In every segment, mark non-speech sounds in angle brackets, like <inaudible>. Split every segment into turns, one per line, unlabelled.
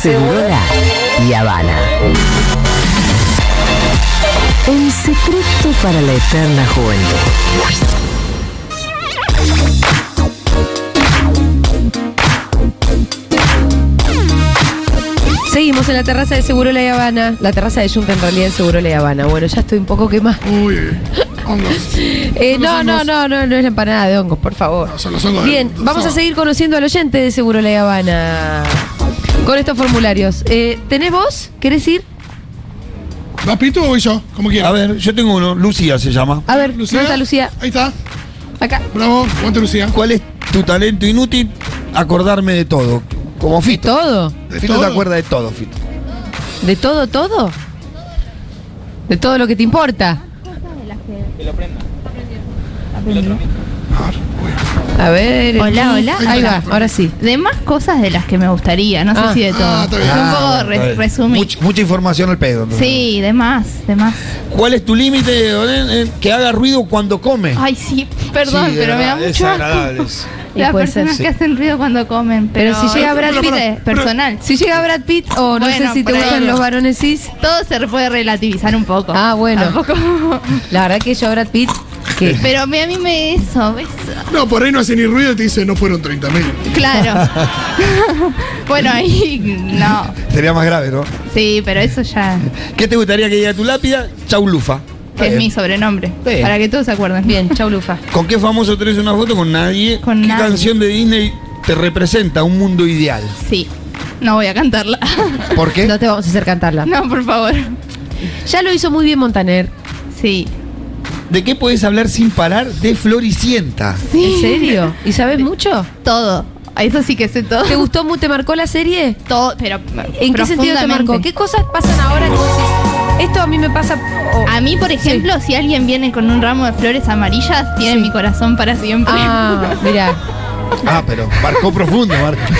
Segurola y Habana. El secreto para la eterna juventud.
Seguimos en la terraza de Seguro La Habana. La terraza de Junta en realidad en Seguro La Habana. Bueno, ya estoy un poco quemada.
Uy, hongos.
Eh, no, no, no, no, no es la empanada de hongos, por favor.
No, son los hongos
Bien,
del-
vamos a
no.
seguir conociendo al oyente de Seguro La Habana con estos formularios. Eh, ¿Tenés vos? ¿Querés ir?
¿Vas Pitu o voy yo? Como quieras.
A ver, yo tengo uno, Lucía se llama.
A ver, ¿dónde está Lucía?
Ahí está.
Acá.
Bravo. Aguante, Lucía.
¿Cuál es tu talento inútil? Acordarme de todo. Como Fito.
¿Todo?
¿De
Fito
todo?
se acuerda de todo, Fito.
¿De todo, todo? ¿De todo lo que te importa? A ver.
Hola, hola.
Ahí va, ahora sí.
De más cosas de las que me gustaría, no
Ah.
sé si de todo.
Ah, está bien.
un poco
está
re
bien.
resumí.
Mucha, mucha información al pedo. entonces.
Sí, de más, de más.
¿Cuál es tu límite, Oren? Eh, Que haga ruido cuando come.
Ay, sí, perdón,
Sí, de
pero me da
verdad, es
mucho
agradable,
asco.
sí.
Y
Las
puede ser,
personas
sí.
que hacen ruido cuando comen.
Pero
Pero,
si llega Brad
Brad
Pitt,
eh,
personal.
Si llega Brad Pitt o no sé
Bueno,
si te
por ahí.
gustan los varones cis.
Todo se puede relativizar un poco.
Ah, bueno.
<laughs> Tampoco.
La verdad que yo a Brad Pitt que
Pero me- a mí me eso, eso.
No, por ahí no hace ni ruido y te dice no fueron 30.000.
<laughs> Claro. bueno, ahí no.
Sería más grave, ¿no?
Sí, pero eso ya
¿Qué te gustaría que diga tu lápida? Chaulufa.
que es
Eh,
mi sobrenombre.
Bien.
Para que todos se acuerden.
bien, chau Lufa.
¿Con qué famoso tenés una foto? Con nadie.
Con
¿Qué
nadie.
canción de Disney te representa un mundo ideal?
Sí. No voy a <laughs> cantarla.
¿Por qué?
No te vamos a hacer cantarla.
no, por favor.
Ya lo hizo muy bien Montaner.
Sí.
¿De qué podés hablar sin parar? De Floricienta.
Sí.
¿En serio? ¿Y sabes mucho?
Todo. Eso sí que sé todo.
¿Te gustó mu- te marcó la serie?
<laughs> Todo, pero
¿En qué sentido te marcó? ¿Qué cosas pasan ahora que vos decís, Esto a mí me pasa o-
A mí, por ejemplo, si alguien viene con un ramo de flores amarillas, tiene mi corazón para siempre.
Ah, mira.
Ah, pero marcó profundo, marcó.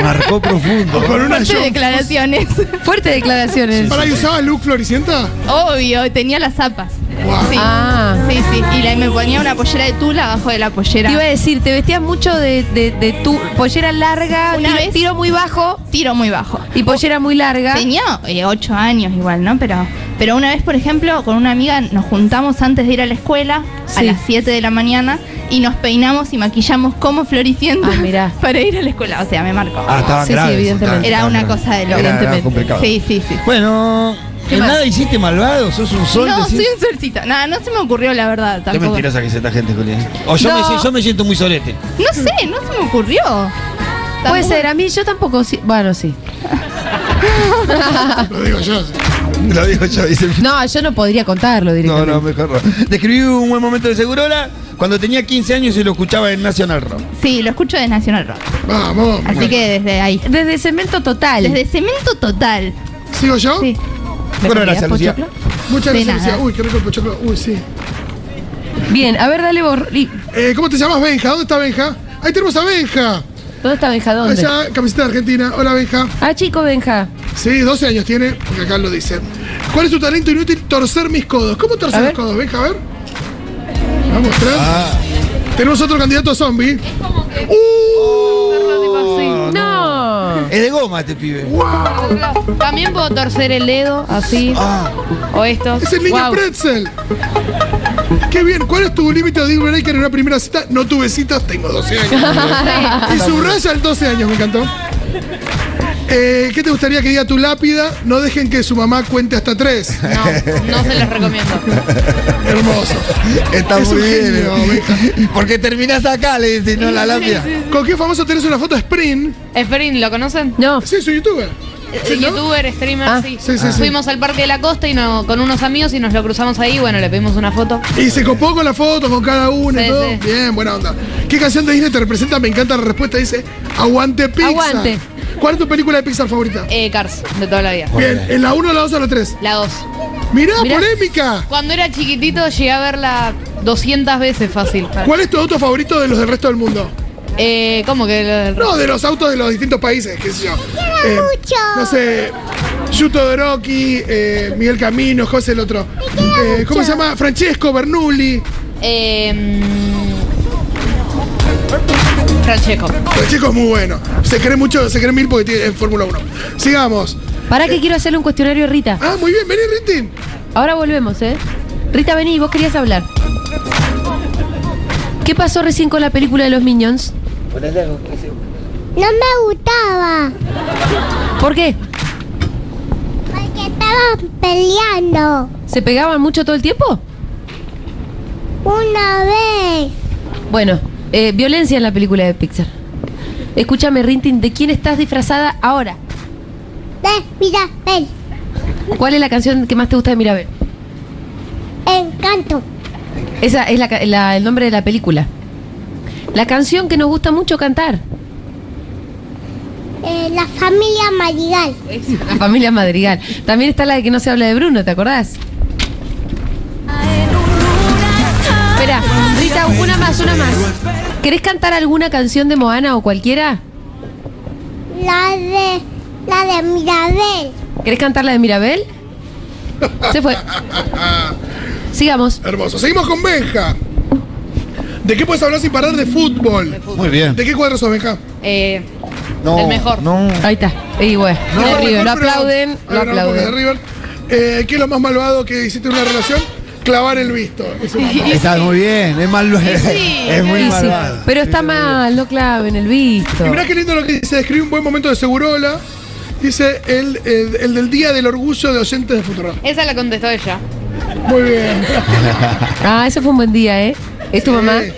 Marcó profundo.
<laughs> Con una
Fuertes
yo. <laughs>
declaraciones.
Fuerte declaraciones.
¿Para ahí usaba Luke Floricienta?
Obvio, tenía las zapas.
Guau.
Sí.
Ah.
Sí, sí. Y la- me ponía una pollera de tula abajo de la pollera.
Te iba a decir, te vestías mucho de, de, de tu pollera larga,
Una
tiro,
vez-
tiro muy bajo
Tiro muy bajo.
y pollera muy larga.
Tenía eh, ocho años igual, ¿no? Pero, pero una vez, por ejemplo, con una amiga nos juntamos antes de ir a la escuela a
Sí.
las 7 de la mañana y nos peinamos y maquillamos como floricienta
Ah, mirá.
<laughs> para ir a la escuela. O sea, me marcó.
Ah, estaban
Sí, sí,
graves,
evidentemente.
Era
estaban
una
graves.
cosa de
Era-
loco.
era
Evidentemente.
complicado.
Sí, sí, sí.
Bueno,
¿Qué
en
más?
nada hiciste malvado, sos un sol.
no,
decís-
soy un solcito. Nada, no se me ocurrió la verdad
Qué
tampoco.
mentirosa que es esta gente, Julián. O yo,
No.
me, yo me siento muy solete.
No sé, no se me ocurrió.
Puede
Tampoco-
ser, a mí yo tampoco. si- Bueno, sí.
Lo digo yo. sí.
Lo digo yo, dice el
No, yo no podría contarlo
No,
directamente.
no, mejor no. Describí un buen momento de Segurola cuando tenía 15 años y lo escuchaba en National Rock.
Sí, lo escucho de Nacional Rock.
Vamos.
Así que desde ahí.
Desde cemento total.
Desde cemento total.
¿Sigo yo?
Sí.
Bueno, gracias, Lucía.
Muchas
De
gracias,
nada.
Lucía. Uy, qué rico el pochoclo. Uy, sí.
Bien, a ver, dale vos. Ri-
Eh, ¿Cómo te llamas, Benja? ¿Dónde está Benja? Ahí tenemos a Benja.
¿Dónde está Benja? ¿Dónde?
Allá, camiseta de Argentina. Hola, Benja.
Ah, chico Benja.
Sí, 12 años tiene, porque acá lo dice. ¿Cuál es tu talento inútil? Torcer mis codos. ¿Cómo
A
torcer
ver.
los codos? Benja, a ver. Vamos, tres.
Ah.
Tenemos otro candidato zombie.
No.
Es de goma este pibe.
También puedo torcer el dedo, así,
Ah,
o esto.
Es el niño pretzel. Qué bien. ¿Cuál es tu límite de deal breaker en una primera cita? No tuve citas, tengo 12 años. y subraya el 12 años, me encantó. Eh, ¿Qué te gustaría que diga tu lápida? No dejen que su mamá cuente hasta
<laughs>
tres.
No, no se los recomiendo.
Hermoso.
está
Es
muy
un
bien.
genio,
eh. <laughs> Porque terminás acá, le decís, no la lápida.
¿Con qué famoso tenés una foto sprint?
Esperín, ¿lo conocen?
No.
Sí, soy youtuber.
El youtuber, streamer,
Ah,
sí.
sí, sí, sí.
Fuimos al Parque de la Costa y no, con unos amigos y nos lo cruzamos ahí. Bueno, le pedimos una foto.
Y se copó con la foto, con cada uno y
Sí,
todo.
sí.
Bien, buena onda. ¿Qué canción de Disney te representa? Me encanta la respuesta. Dice, aguante Pixar.
Aguante.
¿Cuál es tu película de Pixar favorita?
Eh, Cars, de toda la vida.
Bien, ¿en la 1, la 2 o la 3?
La 2.
Mirá,
Mirá.
polémica.
Cuando era chiquitito llegué a verla 200 veces fácil.
¿Cuál es tu auto favorito de los del resto del mundo?
Eh, ¿Cómo que? el-
No, de los autos de los distintos países, qué sé yo. Eh, no sé, Yuto Doroki, eh, Miguel Camino, José el otro. Eh, ¿Cómo se llama?
mm,
Francesco Bernoulli.
Eh, mm, Francesco.
El chico es muy bueno. Se cree mucho, se cree mil porque tiene en Fórmula 1. Sigamos.
Para que quiero hacerle un cuestionario a Rita.
Ah, muy bien, vení, Ritin.
Ahora volvemos, ¿eh? Rita, vení, vos querías hablar. ¿Qué pasó recién con la película de los Minions?
No me gustaba
¿Por qué?
porque estaban peleando
¿Se pegaban mucho todo el tiempo?
una vez.
Bueno, eh, violencia en la película de Pixar. Escúchame, Rintin, ¿de quién estás disfrazada ahora?
De, mira, ven,
¿Cuál es la canción que más te gusta de Mirabel?
encanto.
Esa es la ca- la- el nombre de la película. La canción que nos gusta mucho cantar.
Eh, la familia Madrigal.
La familia Madrigal. También está la de que no se habla de Bruno, ¿te acordás? Espera, Rita, una más, una más. ¿Querés cantar alguna canción de Moana o cualquiera?
La de, la de Mirabel.
¿Querés cantar la de Mirabel? Se fue. Sigamos.
Hermoso. Seguimos con Benja. ¿De qué puedes hablar sin parar de fútbol?
Muy bien.
¿De qué cuadro sos, Benja?
Eh,
No,
El mejor.
No.
Ahí está. Y bueno, de River.
No,
lo
mejor, pero-
aplauden,
Ah,
lo
no, porque de
aplauden.
River. Eh, ¿Qué es lo más malvado que hiciste en una relación? Clavar el visto. Eso es malo.
Está muy bien, es mal <laughs> es muy
Y sí,
malvado.
pero está mal, no claven el visto.
Y mirá qué lindo lo que dice. Escribe un buen momento de Segurola. Dice el, el- el del Día del Orgullo de Oyentes de Futuro.
esa la contestó ella.
Muy bien.
Ah, eso fue un buen día, ¿eh? Es tu mamá.
Eh,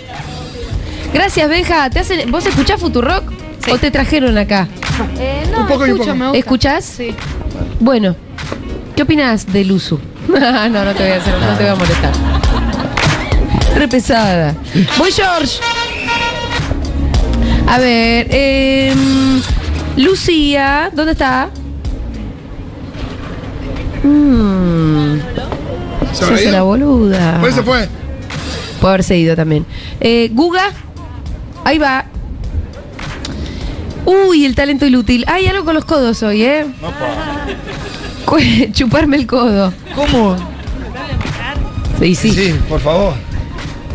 Gracias, Benja. ¿Te hacen- ¿Vos escuchás Futurock?
Sí.
¿O te trajeron acá?
Eh, no,
Un poco y un
escucho,
poco.
me gusta.
¿Escuchás?
Sí.
Bueno, ¿qué opinas de Luzu? <laughs> no, no te voy a hacer, no te voy a molestar. Re pesada. Voy, George. A ver, em, Lucía, ¿dónde está? Mm,
¿Se
se
habrá
hace la
ido?
boluda.
Pues se fue.
Puede haberse ido también. Eh, Guga, ahí va. Uy, el talento inútil. Hay algo con los codos hoy, ¿eh? Cu- <laughs> Chuparme el codo.
¿Cómo?
Sí, sí.
Sí, por favor.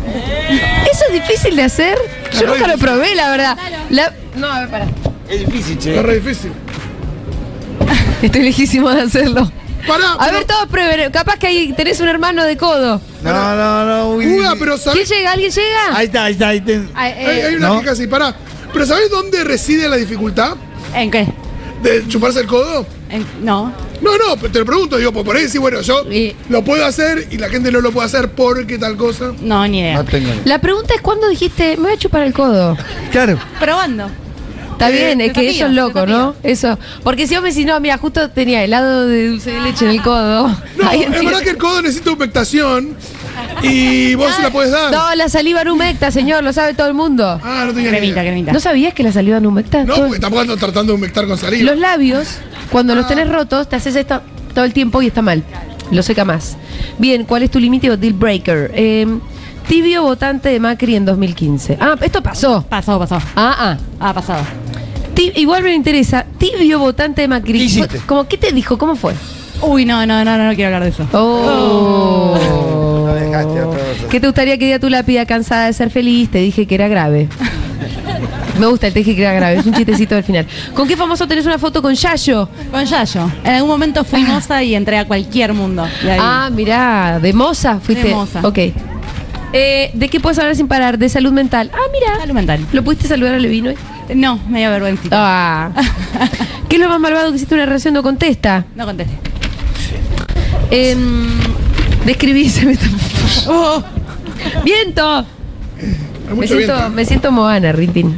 ¿Eso es difícil de hacer? Yo nunca lo probé, la verdad. La- No, a ver, pará. <laughs>
Es difícil, che.
Es re difícil.
Estoy lejísimo de hacerlo.
Pará.
A ver, todos prueben. Capaz que ahí tenés un hermano de codo.
No, no, no. uy.
Juga, pero
¿Quién
¿sabés?
llega? ¿Alguien llega?
Ahí está, ahí está, ahí está.
Ah,
Hay,
eh,
hay una
¿no?
que casi. Pará. Pero ¿sabés dónde reside la dificultad
¿En qué?
de chuparse el codo?
En- no.
No, no, te lo pregunto, digo, pues por ahí sí, bueno, yo
Y-
lo puedo hacer y la gente no lo puede hacer porque tal cosa.
No, ni idea.
No tengo ni-
La pregunta es cuándo dijiste, me voy a chupar el codo.
Claro.
Probando.
Está bien, es que eso
desafío,
es loco, ¿no? Eso. Porque si yo me decís, no, mira, justo tenía helado de dulce de leche en el codo. <laughs>
No,
Ahí
es
entiendo.
verdad que el codo necesita humectación y vos se la podés dar.
No, la saliva no humecta, señor, lo sabe todo el mundo.
Ah, no tenía ni
Cremita,
idea.
cremita.
¿No sabías que la saliva no humecta?
No,
Todo-
porque tampoco ando tratando de humectar con saliva.
Los labios, cuando los tenés rotos, te haces esto todo el tiempo y está mal. Lo seca más. Bien, ¿cuál es tu límite o deal breaker? Eh, tibio votante de Macri en 2015. Ah, esto pasó.
Pasó, pasó.
Ah, ah.
Ah, pasado.
Ti- igual me interesa. Tibio votante de Macri.
¿Qué hiciste?
¿Cómo, ¿Qué te dijo? ¿Cómo fue?
Uy, no, no, no, no, no quiero hablar de eso.
Oh.
Lo dejaste a todos.
¿Qué te gustaría que diga tu lápida cansada de ser feliz? Te dije que era grave. Me gusta el te dije que era grave. Es un chistecito del final. ¿Con qué famoso tenés una foto con Yayo?
Con Yayo. En algún momento fui moza y entré a cualquier mundo. Y ahí-
Ah, mirá, de moza fuiste.
De moza.
Ok. Eh, ¿De qué puedes hablar sin parar? De salud mental. Ah, mira.
Salud mental.
¿Lo pudiste saludar a Levino? hoy?
No, me dio vergüenza. <laughs>
Ah. ¿Qué es lo más malvado que hiciste en una relación? No contesta.
No contesté.
Em, describí ese meta-
Oh,
¡Viento!
Hay
Me
mucho
siento,
viento.
me siento Moana, Rintin.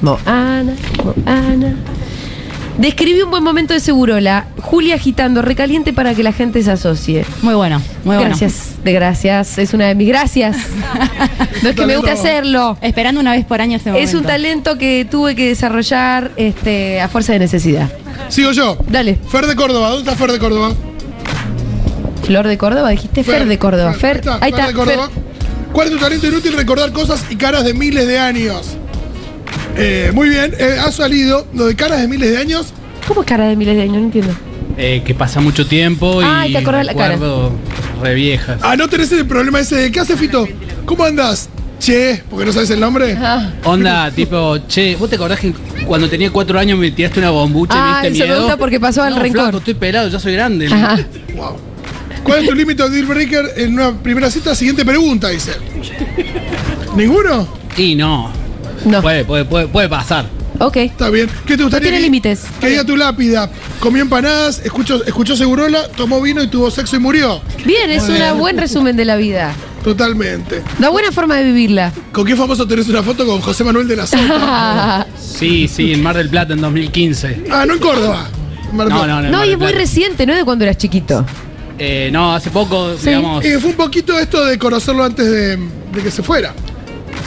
Moana, Moana. Describí un buen momento de Segurola. Julia agitando, recaliente para que la gente se asocie.
muy bueno, muy bueno.
gracias, de gracias. Es una de mis
<laughs>
gracias. no es que me gusta hacerlo.
Esperando una vez por año ese momento.
Es un talento que tuve que desarrollar este, a fuerza de necesidad.
Sigo yo.
Dale,
Fer de Córdoba, ¿dónde está Fer de Córdoba?
Flor de Córdoba, dijiste Fer, de Córdoba. Fer,
está,
ahí
Fer
está.
de Córdoba.
Fer.
¿Cuál es tu talento inútil? Recordar cosas y caras de miles de años. Eh, muy bien, eh, ha salido lo de caras de miles de años.
¿Cómo es cara de miles de años? No entiendo.
Eh, que pasa mucho tiempo y
Ay, te acordás la cara.
recuerdo re viejas.
Ah, no tenés el problema ese de ¿qué hace Fito? ¿Cómo andás? Che, porque no sabes el nombre.
<laughs>
Onda, tipo, che, ¿vos te acordás que cuando tenía cuatro años me tiraste una bombucha y me
Ah,
diste
eso me
miedo?
gusta porque pasó al
no,
rencor.
flaco, estoy pelado, ya soy grande.
Ajá.
Wow. ¿Cuál es tu límite de deal breaker en una primera cita? Siguiente pregunta, dice. ¿Ninguno?
Y no.
No.
Puede, puede, puede, puede pasar.
Ok.
Está bien. ¿Qué te gustaría?
No tiene
que-
límites.
Que diga tu lápida. Comió empanadas, escuchó, escuchó Segurola, tomó vino y tuvo sexo y murió.
Bien, es
Muy
un
bien.
buen resumen de la vida.
Totalmente.
Una buena forma de vivirla.
¿Con qué famoso tenés una foto con José Manuel de
<laughs>
la Sota?
Sí, sí, en Mar del Plata en 2015.
Ah, no en Córdoba. En Mar del
No,
Plata.
no, no.
<laughs>
en
No,
Mar
y
del
es muy
Plata.
reciente, no es de cuando eras chiquito.
Eh, no, hace poco, digamos.
Eh, fue un poquito esto de conocerlo antes de, de que se fuera.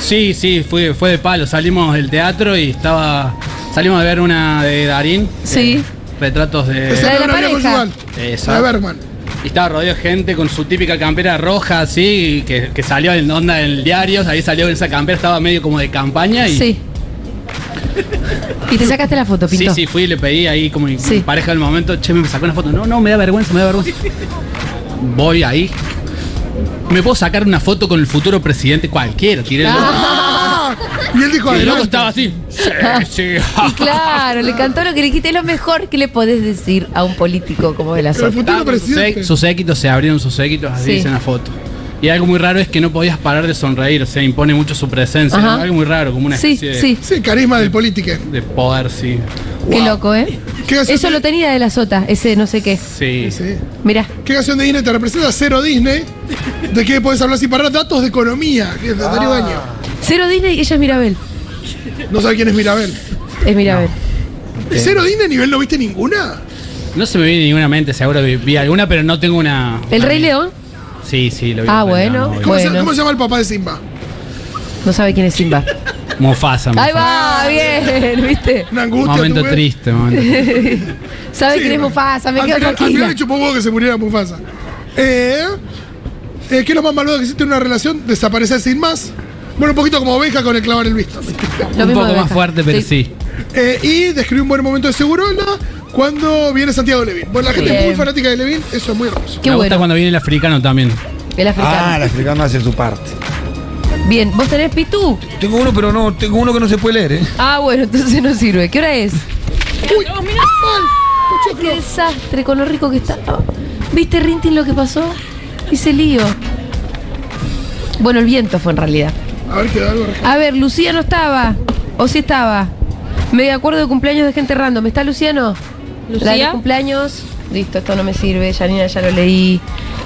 Sí, sí, fue, fue de palo. Salimos del teatro y estaba. Salimos de ver una de Darín.
Sí. Pues
eh, retratos
Esa
La
de.
de
era
la
una vida
pareja.
conyugal.
Esa.
La Bergman.
Y estaba rodeado de gente con su típica campera roja, así, y que, que salió en onda en diarios. Ahí salió en esa campera, estaba medio como de campaña. Y,
Sí. Y te sacaste la foto,
Sí,
Pinto.
sí, fui y le pedí ahí como mi,
Sí.
mi pareja del momento, che, me sacó una foto. No, no, me da vergüenza, me da vergüenza. <laughs> Voy ahí. ¿Me puedo sacar una foto con el futuro presidente? Cualquiera, tiré el
<laughs>
Ah, y él dijo,
loco. Y el loco
adelante.
estaba así. Sí, sí.
Y claro, le encantó lo que le dijiste, es lo mejor que le podés decir a un político como de la
Pero el
zona.
futuro
<laughs> Estaba con sus
presidente.
sec- Sus séquitos se abrieron sus séquitos, así
Sí.
dicen la foto. Y algo muy raro es que no podías parar de sonreír, o sea, impone mucho su presencia.
Ajá.
¿no? Algo muy raro, como una
Sí,
especie de-
sí.
Sí, carisma del político.
de, poder, sí.
Qué loco, ¿eh?
¿Qué haces?
Eso lo tenía de la sota, ese no sé qué.
Sí.
Sí.
Mirá.
¿Qué canción de Disney te representa? Cero Disney. ¿De qué podés hablar sin parar? Datos de economía. que es de Darío
Ah.
Daño.
Cero Disney y ella es Mirabel.
No sabe quién es Mirabel.
Es Mirabel.
¿Cero Disney nivel no viste ninguna?
No se me viene ninguna mente, seguro vi, vi alguna, pero no tengo una.
¿El
una-
Rey León?
Sí, sí, lo vi.
Ah,
en realidad,
bueno.
no, obvio.
¿Cómo, se,
Bueno.
cómo se llama el papá de Simba?
No sabe quién es Simba.
Mufasa.
Ahí
Mufasa.
va, bien, ¿viste?
Una angustia.
Momento
tuve.
<laughs>
triste, momento triste.
Sabe quién es
bueno.
Mufasa, me
Al
quedo
final- Al
tranquila.
final le chupó huevo que se muriera Mufasa. Eh, eh, ¿Qué es lo más malvado que hiciste en una relación? Desaparecer sin más. Bueno, un poquito como oveja con el clavar el visto. <laughs>
Lo
Un
mismo
poco
de
más
Benja.
fuerte, pero sí.
Eh, y describí un buen momento de Segurola cuando viene Santiago Levin. Bueno, la gente es
Bien.
muy fanática de Levin, eso es muy hermoso.
Qué
Me gusta
bueno.
cuando viene el africano también.
El
Ah,
africano.
la africana hace su parte.
Bien, ¿vos tenés Pitu?
Tengo uno, pero no, tengo uno que no se puede leer, ¿eh?
Ah, bueno, entonces no sirve. ¿Qué hora es? ¡Ah!
¡Uy! ¡Mal!
Qué desastre con lo rico que está. ¿Viste Rintin lo que pasó? Hice lío. Bueno, el viento fue en realidad.
A ver, quedó algo.
A ver, Lucía no estaba. ¿O sí estaba? Me acuerdo de cumpleaños de gente random. ¿Está Luciano? La de
¿Lucía?
cumpleaños. Listo, esto no me sirve. Janina ya lo leí.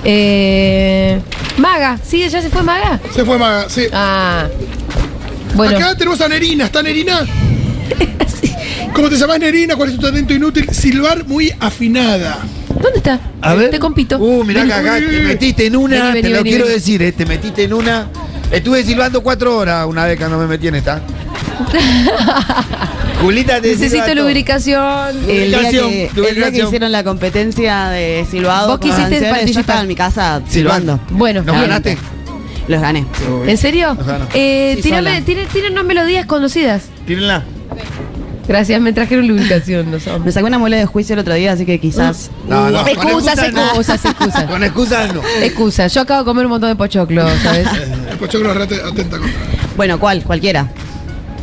Eh, Maga. ¿Sí? ¿Ya se fue Maga?
Se fue Maga, sí.
Ah. Bueno.
Acá tenemos a Nerina, ¿está
<laughs>
Nerina? ¿Cómo te llamás Nerina? ¿Cuál es tu talento inútil? Silbar muy afinada.
¿Dónde está? Te compito.
Uh, mirá
Vení. <laughs>
que acá te metiste en una,
Vení, vení,
te lo
vení,
quiero
vení.
decir, eh, te metiste en una. Estuve silbando cuatro horas una vez cuando me metí en esta. Julita, te
Necesito
silba todo.
lubricación.
Eh,
El día,
Lubricación,
que, el día que
lubricación.
hicieron la competencia de silbado,
Vos
con
quisiste
Dancer, yo
participar.
estaba en mi casa silbando.
Bueno,
¿No
bien.
ganaste?
Los gané.
¿En serio?
Ojalá.
Eh,
Sí,
tírame,
sola.
tiren, tiren unas melodías conocidas.
Tírenla.
Uh, Gracias, me trajeron lubricación los
Me
hombres.
saqué una mole de juicio el otro día, así que quizás.
No, no. con
Excusas,
no.
excusas, excusas.
Con excusas no.
Excusa, yo acabo de comer un montón de pochoclo,
<laughs>
¿sabes?
El pochoclo re atenta contra.
Mm.
Bueno, ¿cuál? Cualquiera.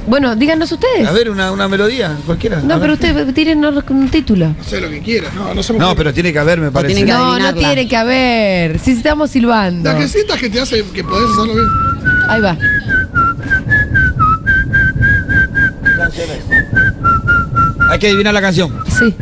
Bueno, díganos ustedes.
A ver, una, una melodía, cualquiera. A
No,
ver.
pero ustedes tienen un título.
No sé lo que quiera. No, no somos.
No, pero tiene que haber, me parece.
tienen que
No, no
adivinarla.
tiene que haber. Si estamos silbando.
La que sientas que te hace que podés hacerlo bien.
Ahí va.
Hay que adivinar la canción.
Sí.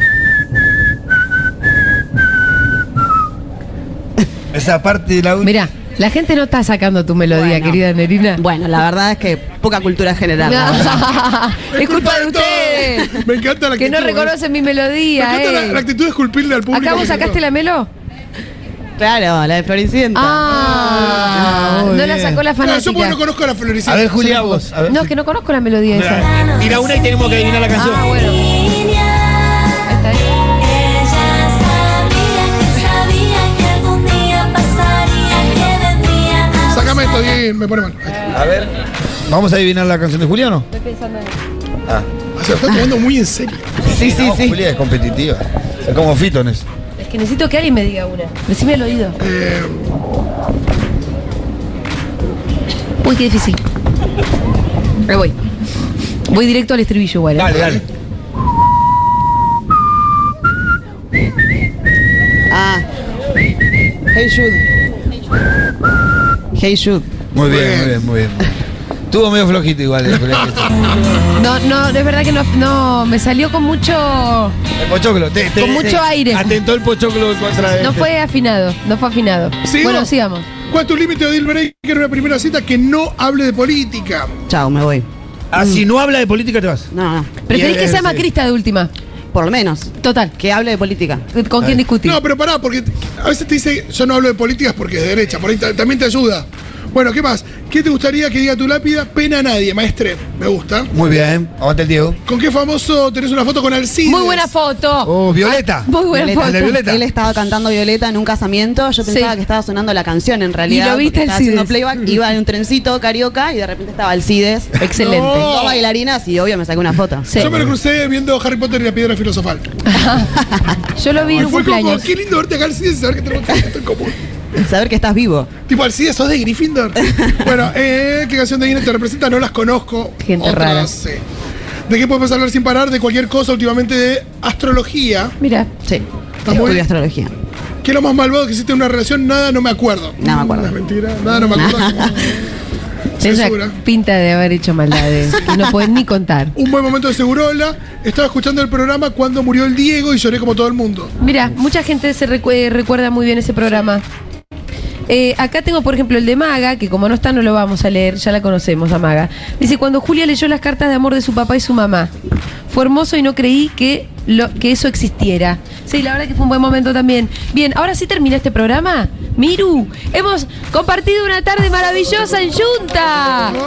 Esa parte de la última.
Mirá, la gente no está sacando tu melodía,
Bueno.
querida Nerina.
Bueno, la verdad es que poca cultura
<laughs>
general. la verdad.
es culpa de ustedes.
Me encanta la
Que no
actitud. ¿eh?
reconocen mi
Me
melodía,
encanta la,
eh.
la actitud de esculpirle al público.
¿Acá vos sacaste la melo?
Claro, la de Floricienta.
Ah,
Ah, muy
no la
bien.
sacó la
No, yo porque
fanática.
no conozco a la floricita.
A ver, Julia, vos. A ver.
No, es que no conozco la melodía esa.
Mirá, Tira una y tenemos que adivinar la canción.
Ah, bueno. Ahí está, eh.
Sácame esto, Diego, me pone mal.
A ver. ¿Vamos a adivinar la canción de Juliano? Ah.
O sea, está tomando muy en serio.
Sí, sí, sí. Julia es competitiva. Es como Fitones.
Es que necesito que alguien me diga una. Decime al oído.
Eh,
Uy, qué difícil. Me voy. Voy directo al estribillo igual. ¿eh?
Dale, dale.
Ah. Hey Jude. Hey Jude.
Muy bien, muy bien, muy bien. Estuvo medio flojito igual. eh, pero es
No, no, es verdad que no, no, me salió con mucho.
que- El pochoclo. te- te-
Con mucho
te-
aire.
Atentó el pochoclo contra
No
este.
fue afinado, no fue afinado.
¿Sigo?
Bueno, sigamos.
¿Cuál es tu límite o deal breaker en una primera cita que no hable de política?
Chao, me voy.
Ah, si no habla de política te vas.
No, no.
Preferís que
Bien,
sea
sí.
macrista de última.
Por lo menos.
Total.
Que hable de política.
¿Con quién discutir?
No, pero pará, porque a veces te dice, yo no hablo de políticas porque es de derecha, por ahí ta- también te ayuda. Bueno, ¿qué más? ¿Qué te gustaría que diga tu lápida? Pena a nadie, maestre. Me gusta.
Muy bien, aguanta el Diego.
¿Con qué famoso tenés una foto con Alcides?
Muy buena foto.
Oh, Violeta.
Muy buena
Violeta.
foto.
de Violeta.
Él estaba cantando Violeta en un casamiento. Yo pensaba
Sí.
que estaba sonando la canción en realidad.
Y lo viste
porque estaba haciendo
Alcides.
playback, iba en un trencito carioca y de repente estaba Alcides.
Excelente.
Dos bailarinas y obvio me saqué una foto.
Sí.
Yo me lo crucé viendo Harry Potter y la piedra filosofal.
Yo lo vi en
Y
un
fue como,
cumpleaños.
qué lindo verte acá Alcides y saber que tenemos esto en común. <laughs>
Saber que estás vivo.
Tipo, Alcides, sos de
<laughs>
Gryffindor. bueno, eh, ¿qué canción de Guinness te representa? No las conozco.
Gente rara.
sí. ¿De qué podemos hablar sin parar? De cualquier cosa, últimamente de astrología.
Mira.
Sí.
Está muy-
Estudio astrología.
¿Qué es lo más malvado que existe en una relación? Nada, no me acuerdo.
No me acuerdo.
Una mentira. Nada, no me acuerdo.
<laughs> Esa
Censura.
pinta de haber hecho maldades. que no pueden ni contar.
Un buen momento de Segurola. Estaba escuchando el programa cuando murió el Diego y lloré como todo el mundo.
Mira, mucha gente se recu- eh, recuerda muy bien ese programa. Eh, acá tengo, por ejemplo, el de Maga, que como no está, no lo vamos a leer, ya la conocemos a Maga. Dice, cuando Julia leyó las cartas de amor de su papá y su mamá, fue hermoso y no creí que, lo, que eso existiera. Sí, la verdad que fue un buen momento también. Bien, ahora sí termina este programa. Miru, hemos compartido una tarde maravillosa en Junta.